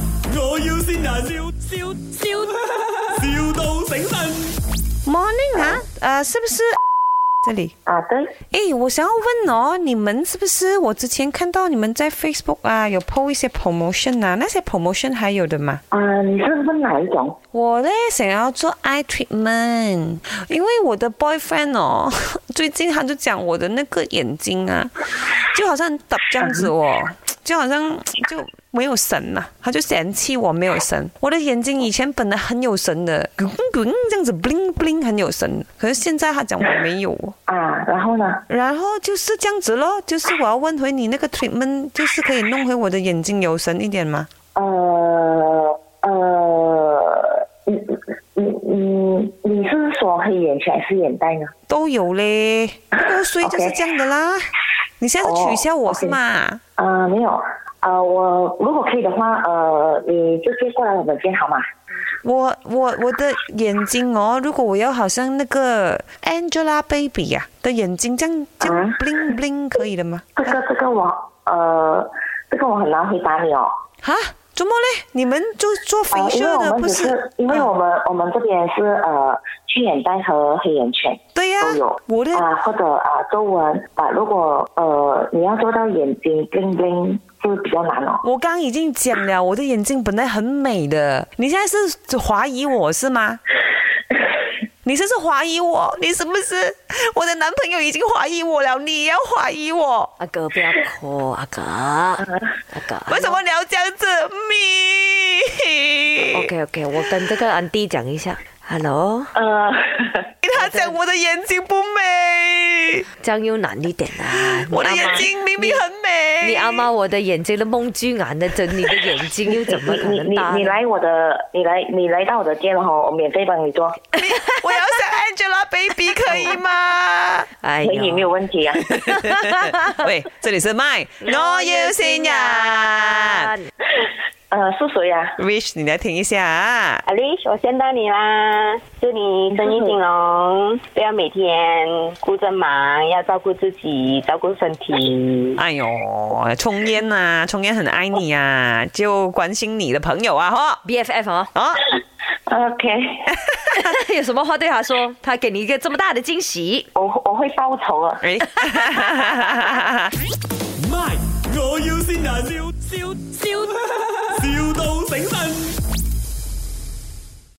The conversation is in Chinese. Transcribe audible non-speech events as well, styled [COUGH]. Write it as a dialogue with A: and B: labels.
A: 要先人，笑笑笑，,笑到醒神。
B: Morning 啊，呃，是不是这里？
C: 啊，对，
B: 诶，我想要问哦，你们是不是？我之前看到你们在 Facebook 啊，有 po 一些 promotion 啊，那些 promotion 还有的吗？
C: 啊，你是问哪一种？
B: 我呢想要做 eye treatment，因为我的 boyfriend 哦， [LAUGHS] 最近他就讲我的那个眼睛啊，就好像很耷这样子哦，就好像就没有神呐、他就嫌弃我没有神。我的眼睛以前本来很有神的，滚滚这样子 bling bling 很有神，可是现在他讲我没有哦。
C: 啊，然后呢？
B: 然后就是这样子咯，就是我要问回你那个 treatment，就是可以弄回我的眼睛有神一点吗？
C: 呃呃，你你你你是说黑眼圈还是眼袋呢？
B: 都有嘞，不过睡就是这样的啦。你现在是
C: 哦
B: 取笑我是吗？
C: 啊，没有。呃，我如果可以的话，呃，你直接过来我们见好吗？
B: 我我我的眼睛哦，如果我要好像那个 Angelababy 呀、的眼睛这样这样
C: 啊
B: bling bling 可以的吗？
C: 这个这个我呃，这个我很难回答你哦。
B: 啊？怎么嘞？你们就做
C: 啊，因为
B: facial
C: 我
B: 的
C: 们
B: 不
C: 只是因为
B: 嗯
C: 我们、我们这边是呃去眼袋和黑眼圈。
B: 对呀、
C: 都有
B: 我的
C: 啊，或者啊皱纹啊，如果呃你要做到眼睛 bling bling 是比较难哦。
B: 我刚刚已经讲了，我的眼睛本来很美的，你现在是怀疑我是吗？ [LAUGHS] 你这是怀疑我？你是不是？我的男朋友已经怀疑我了，你也要怀疑我？
D: 阿哥不要哭，阿哥，阿哥。
B: 为什么你要这样子？咪，
D: ？OK OK，我跟这个安迪讲一下。Hello，
C: 呃，
B: 他讲我的眼睛不美，
D: 这样又难一点啊！
B: 我的
D: 你阿
B: 眼
D: 妈
B: 睛明明很美。
D: 你阿妈我的眼睛都蒙住眼的，整你的眼睛又 [LAUGHS] 怎么可
C: 你
D: 能
C: 你
D: 大呢？
C: 你来我的，你来你来到我的店哈，我免费帮你做，
B: 我要像 Angelababy 可以吗？
D: 哎
C: 可
D: 呦，
C: 以没有问题啊。
B: [LAUGHS] 喂，这里是麦，我要新人。
C: 呃，是谁呀、
B: Rich，你来听一下啊。
E: Alice，我见到你啦！祝你生意兴隆，不要每天顾着忙，要照顾自己，照顾身体。
B: 哎呦，冲烟呐、冲烟很爱你啊，就关心你的朋友啊，哈。
D: BFF 哦， [LAUGHS]
B: 哦，
C: o k
D: 有什么话对他说？他给你一个这么大的惊喜。
C: 我我会报仇啊。
B: 哎，
A: 卖，我要先人，笑笑笑，